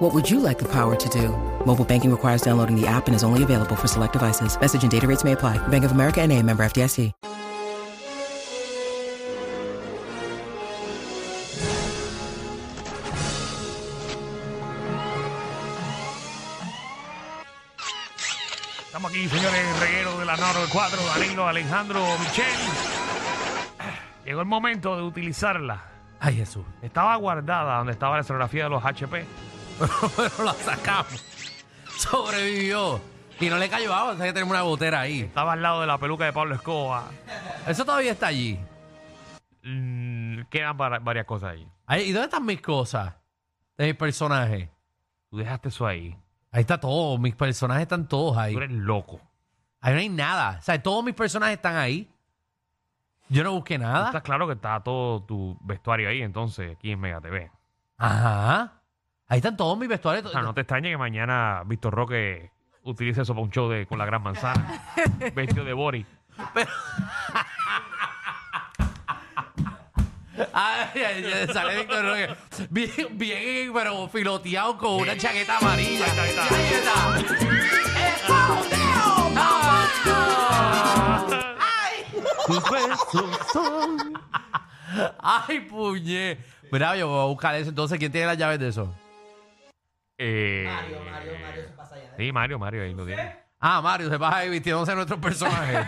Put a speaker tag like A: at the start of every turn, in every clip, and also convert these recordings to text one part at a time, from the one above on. A: What would you like the power to do? Mobile banking requires downloading the app and is only available for select devices. Message and data rates may apply. Bank of America and a member FDIC.
B: Estamos aquí, señores, el reguero de la 4, Danilo, Alejandro, Michel. Llegó el momento de utilizarla.
C: Ay, Jesús.
B: Estaba guardada donde estaba la escenografía de los HP.
C: Pero la sacamos. Sobrevivió. Y no le cayó agua, o sea que tenemos una gotera ahí.
B: Estaba al lado de la peluca de Pablo Escoba.
C: Eso todavía está allí.
B: Mm, quedan var- varias cosas ahí.
C: Ay, ¿Y dónde están mis cosas? De mis personajes.
B: Tú dejaste eso ahí.
C: Ahí está todo. Mis personajes están todos ahí.
B: Tú eres loco.
C: Ahí no hay nada. O sea, todos mis personajes están ahí. Yo no busqué
B: Tú Estás
C: nada.
B: claro que está todo tu vestuario ahí, entonces, aquí en Mega TV.
C: Ajá. Ahí están todos mis vestuarios.
B: O sea, Ah, no te extrañe que mañana Víctor Roque utilice eso para un show de, con la gran manzana. vestido de Boris.
C: Ay, ay, ay, sale Víctor Roque. Bien, bien, pero filoteado con una chaqueta amarilla.
B: Ahí está,
C: Ahí está. ¡Ah! ¡Ay, puñe! Mira, yo voy a buscar eso. Entonces, ¿quién tiene las llaves de eso?
B: Mario, Mario, Mario se pasa allá. Eh, Sí, Mario, Mario, ahí lo tiene.
C: Ah, Mario, se pasa ahí vistiéndose nuestros personajes.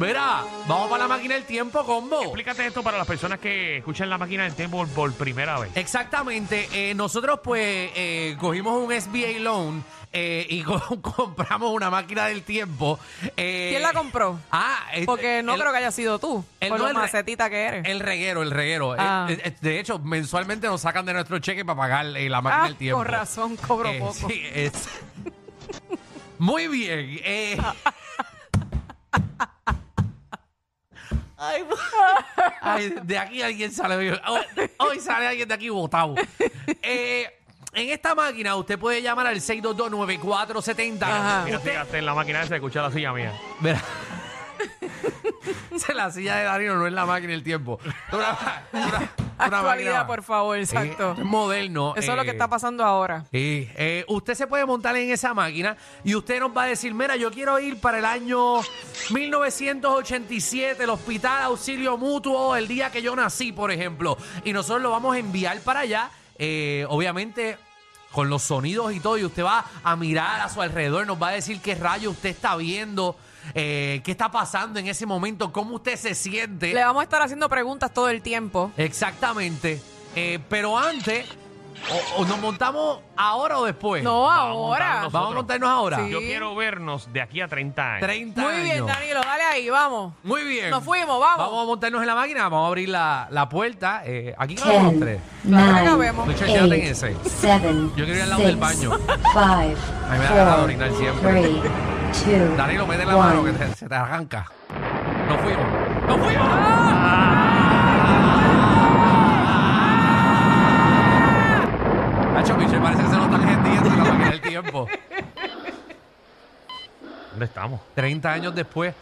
C: Mira, vamos para la máquina del tiempo, combo.
B: Explícate esto para las personas que escuchan la máquina del tiempo por primera vez.
C: Exactamente. eh, nosotros, pues, eh, cogimos un SBA loan eh, y co- compramos una máquina del tiempo. eh,
D: ¿Quién la compró?
C: Ah, este,
D: Porque no
C: el-
D: creo que haya sido tú,
C: el-
D: por
C: no,
D: lo
C: el re-
D: macetita que eres.
C: El reguero, el reguero.
D: Ah.
C: Eh, eh, de hecho, mensualmente nos sacan de nuestro cheque para pagar eh, la máquina
D: Ah,
C: del tiempo.
D: con razón, cobro
C: Eh,
D: poco.
C: sí, es- Muy bien. eh.
D: Ah,
C: Ay,
D: ah.
C: Ay, de aquí alguien sale. hoy- Hoy, hoy sale alguien de aquí votado. en esta máquina usted puede llamar al 622-9470.
D: Ajá.
B: Mira,
C: Ah. Usted-
B: fíjate en la máquina esa, escucha la silla mía.
C: Mira. Esa es la silla de Danilo, no es la máquina del tiempo. Una, una- una máquina
D: Actualidad,
C: más.
D: por favor, exacto.
C: Eh, es moderno.
D: Eso es lo que
C: eh,
D: está pasando ahora.
C: Sí, eh, usted se puede montar en esa máquina y usted nos va a decir, mira, yo quiero ir para el año 1987, el Hospital Auxilio Mutuo, el día que yo nací, por ejemplo. Y nosotros lo vamos a enviar para allá, eh, obviamente con los sonidos y todo, y usted va a mirar a su alrededor, nos va a decir qué rayo usted está viendo, eh, qué está pasando en ese momento, cómo usted se siente.
D: Le vamos a estar haciendo preguntas todo el tiempo.
C: Exactamente. Eh, pero antes, o, o nos montamos ahora o después.
D: No
B: vamos a
D: ahora.
B: montarnos.
C: eh, Vamos a montarnos ahora.
D: Sí.
B: Yo quiero vernos de aquí a 30 años.
C: 30
D: Muy bien,
C: años.
D: Danilo, dale ahí, vamos.
C: Muy bien.
D: Nos fuimos, vamos.
C: Vamos a montarnos en la máquina, vamos a abrir la, la puerta. eh, aquí cabemos los tres.
D: Claro que cabemos.
C: Lucha, quédate en ese.
E: 9, 8, 7,
C: Yo quiero ir al lado del baño. Ay, me da ganas de orinar siempre.
E: 3, 2,
C: Danilo, mete la mano que
E: 1.
C: te- se te arranca. Nos fuimos. ¡Nos fuimos! ¡Ah! Nacho, Michelle, parece que se nos están gestiendo en la máquina del tiempo.
B: ¿Dónde estamos?
C: 30 años después,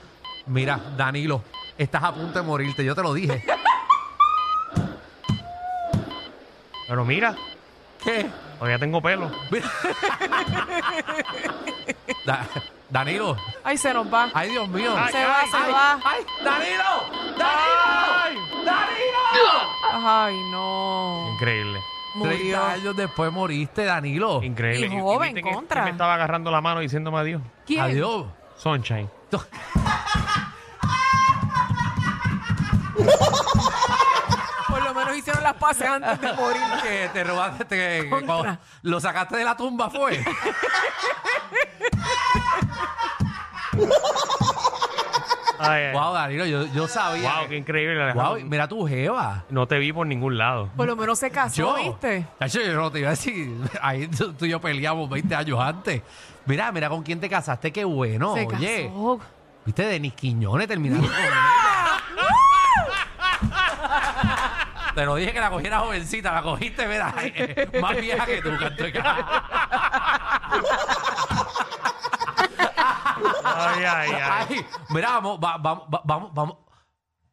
C: mira, Danilo, estás a punto de morirte, yo te lo dije.
B: Pero mira,
C: ¿Qué?
B: todavía tengo pelo.
C: Mira. Da- Danilo,
D: Ay, se nos va.
C: ay Dios mío.
B: Ay,
D: se va, se
C: ay,
D: va.
C: ay, Danilo, Danilo, Danilo.
D: Ay, no.
B: Increíble.
C: 30
D: Murió.
C: años después moriste, Danilo.
B: Increíble.
D: Y joven,
B: viste que-
D: contra.
B: que Me estaba agarrando la mano diciéndome adiós.
D: ¿Quién?
C: Adiós.
B: Sunshine.
D: Por lo menos hicieron las pases antes de morir.
C: Que te robaste, te- que cuando lo sacaste de la tumba fue.
B: Ay, ay.
C: wow, Danilo, yo, yo sabía.
B: Wow, qué
C: que-
B: increíble.
C: wow,
B: Alejandro.
C: mira tu jeva.
B: No te vi por ningún lado.
D: Por lo menos se casó,
C: Yo,
D: ¿viste?
C: Tacho, yo no te iba a decir. Ahí tú, tú y yo peleamos 20 años antes. Mira, mira con quién te casaste, qué bueno.
D: se
C: Oye,
D: casó.
C: ¿Viste? Denis Quiñones terminando con ella. Te lo dije que la cogiera jovencita, la cogiste, mira, eh, eh, más vieja que tú, canto de ca-
B: Ay, ay, ay.
C: Ay, Mira, vamos, va- vamos, va- vamos, vamos.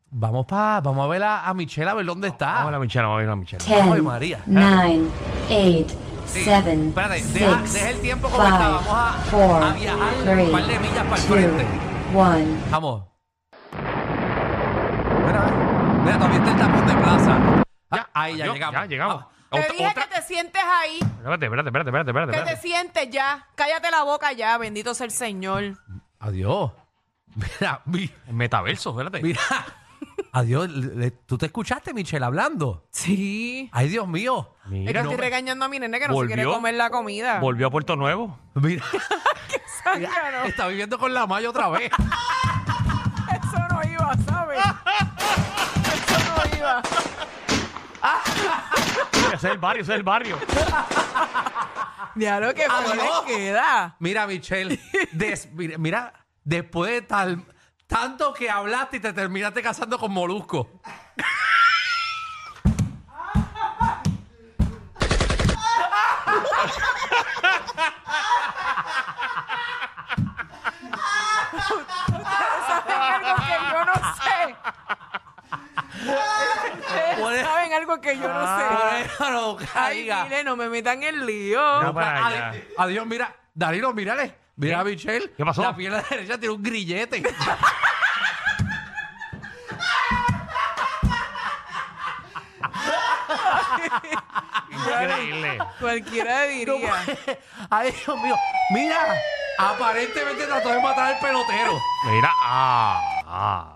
C: Vamos pa, vamos a ver a, a Michelle a ver dónde está.
B: Vamos a la Michelle, vamos a ver a la Michelle.
C: Ay,
E: 10,
C: María.
E: 9, 8,
C: Sí.
E: 7,
C: Espérate, deja, deja el
E: 6,
C: tiempo como está.
E: 5,
C: Vamos a, a
E: 4,
C: viajar un par de millas para el
E: 3, 2,
C: frente.
E: 1.
C: Vamos. Mira, mira, todavía está el tapón de plaza. Ah, ahí ya
B: adiós,
C: llegamos.
B: ya llegamos.
C: Ah,
D: Te
C: ot-
D: dije
C: otra-
D: que te sientes ahí,
B: Espérate, espérate, espérate, espérate, espérate.
D: que te
B: espérate.
D: sientes ya. Cállate la boca ya, bendito sea el Señor.
C: Adiós. Mira, mi-
B: El metaverso, espérate.
C: mira. Adiós. le- le- ¿Tú te escuchaste, Michelle, hablando?
D: Sí.
C: Ay, Dios mío.
D: Es que
B: Mira,
D: estoy regañando a mi nene que no se quiere
B: Volvió.
D: comer la comida.
B: volvió a Puerto Nuevo.
C: Mira,
D: Sácalo.
C: está viviendo con la Maya otra vez.
D: Eso no iba, ¿sabes? Eso no iba.
B: Ese es el barrio, ese es el barrio.
D: Ya lo que fue
C: Adiós.
D: le queda.
C: Mira, Michelle, des- mira, mira, después de tal, tanto que hablaste y te terminaste casando con Molusco.
D: Saben algo que yo no sé.
C: Puedes-
D: Saben algo que yo no sé.
C: Bueno,
D: Ay,
C: caiga.
D: dile, no me metan en
B: No,
D: lío.
B: para
C: Adi-
B: allá.
C: adiós, mira. Danilo, mírale. Mira a Michelle.
B: ¿Qué pasó?
C: La pierna derecha tiene un grillete.
B: Increíble.
D: Cualquiera
C: No
D: diría.
C: puede. Ay, Dios mío. Mira. Aparentemente trató de matar al pelotero.
B: Mira, ah, ah,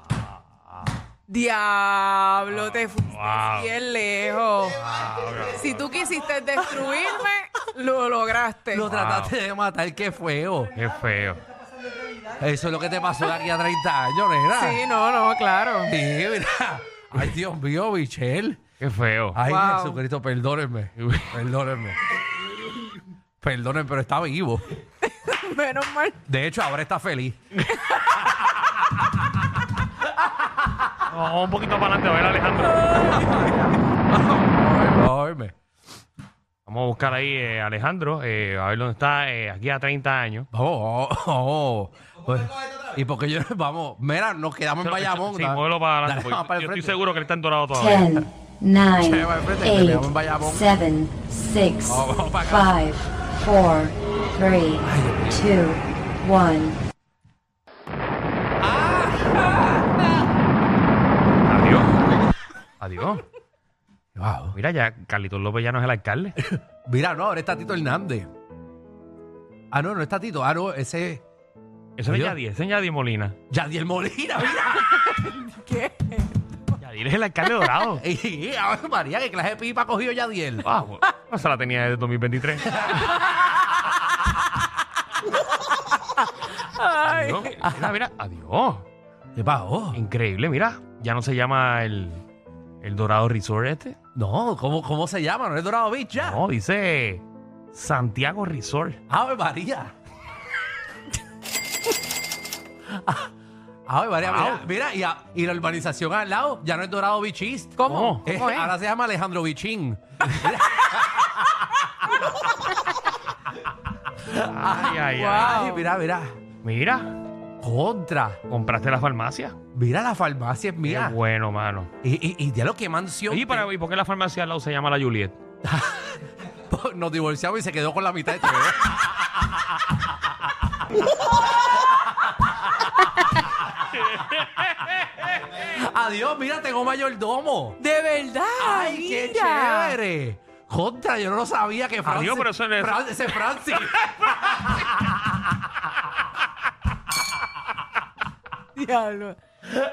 D: Diablo, te fuiste
B: wow.
D: bien lejos.
B: ah.
D: Si tú quisiste destruirme, lo lograste.
C: Lo trataste de matar. Qué feo.
B: qué feo.
C: Eso es lo que te pasó de aquí a 30 años, nena.
D: Sí, no, no, claro.
C: Sí, mira. Ay, Dios mío, Michelle.
B: Qué feo.
C: Ay,
D: Wow.
C: Jesucristo, perdónenme. Perdónenme. Perdonen, pero está vivo.
D: Menos mal.
C: De hecho, ahora está feliz.
B: Vamos un poquito para adelante, a ver, Alejandro.
C: Perdónenme.
B: Vamos a buscar ahí eh, Alejandro, eh, a ver dónde está, eh, aquí a 30 años.
C: Oh, oh, oh. Pues, ¿Y porque yo vamos? Mira, nos quedamos en Bayamón.
B: Sí,
C: ¿no?
B: muévelo para
C: Dale,
B: adelante. porque
C: vamos para el
B: yo
C: frente.
B: estoy seguro que él está en dorado todavía.
E: 10, 9,
C: Che, va, espérate, que me
E: 8,
C: llaman Bayamón.
E: 7, 6,
C: Vamos, vamos para acá.
E: 5, 4, 3, 2, 1.
B: Adiós. Adiós.
C: Wow.
B: Mira, ya Carlitos López ya no es el alcalde.
C: Mira, no, ahora está Tito Hernández. Ah, no, no está Tito. Ah, no, ese es
B: Ese es
C: Adiós.
B: Yadier, ese es Yadier Molina.
C: Yadiel Molina, mira.
D: ¿Qué?
B: Yadier es el alcalde dorado.
C: Y, ay, María, qué clase de pipa ha cogido Yadiel.
B: Wow, Ah, no se la tenía desde 2023.
D: Ay.
B: Adiós. Mira, mira, adiós.
C: ¿Qué pasó?
B: Increíble, mira. Ya no se llama el, el Dorado Resort este.
C: No, ¿cómo, ¿cómo se llama? ¿No es Dorado Beach ya?
B: No, dice Santiago Resort.
C: Ave María. Ah, Ave María, mira, mira, y, a- y la urbanización al lado ya no es Dorado Bichist.
B: ¿Cómo?
C: Eh,
D: ¿Cómo es?
C: Ahora se llama Alejandro Bichín.
B: Ay, ay, ay.
C: Ay, mira, mira.
B: Mira,
C: Contra.
B: compraste la farmacia.
C: Mira la farmacia, es mía.
B: Qué bueno, mano.
C: Y, y, y ya lo que mansión.
B: Oye, ¿y para, ¿y por qué la farmacia al lado se llama la Juliet?
C: Nos divorciamos y se quedó con la mitad de todo. Adiós, mira, tengo mayordomo.
D: De verdad.
C: ¡Ay, qué
D: mira.
C: chévere! Contra, yo no lo sabía que Francis.
B: Adiós, pero eso no es-
C: Fran- ese es Francis.
D: Diablo.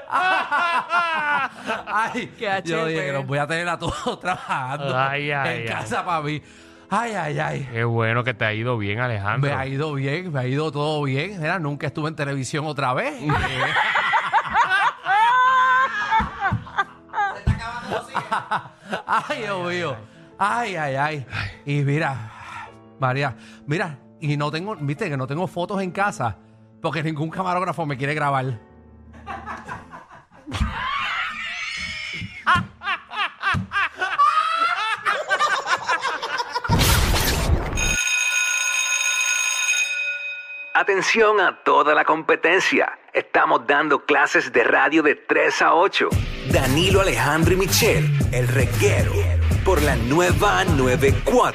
C: Ah. Ay,
D: Qué
C: yo dije que
D: chévere.
C: los voy a tener a todos trabajando
B: Ay, ay,
C: en
B: ay.
C: casa para mí. Ay, ay, ay.
B: Qué bueno que te ha ido bien, Alejandro.
C: Me ha ido bien, me ha ido todo bien. Era, nunca estuve en televisión otra vez. ay, Dios mío. Ay, ay, ay. Y mira, María, mira, y no tengo, viste que no tengo fotos en casa. Porque ningún camarógrafo me quiere grabar.
F: Atención a toda la competencia. Estamos dando clases de radio de 3 a 8. Danilo Alejandro y Michel, el reguero, por la nueva 94.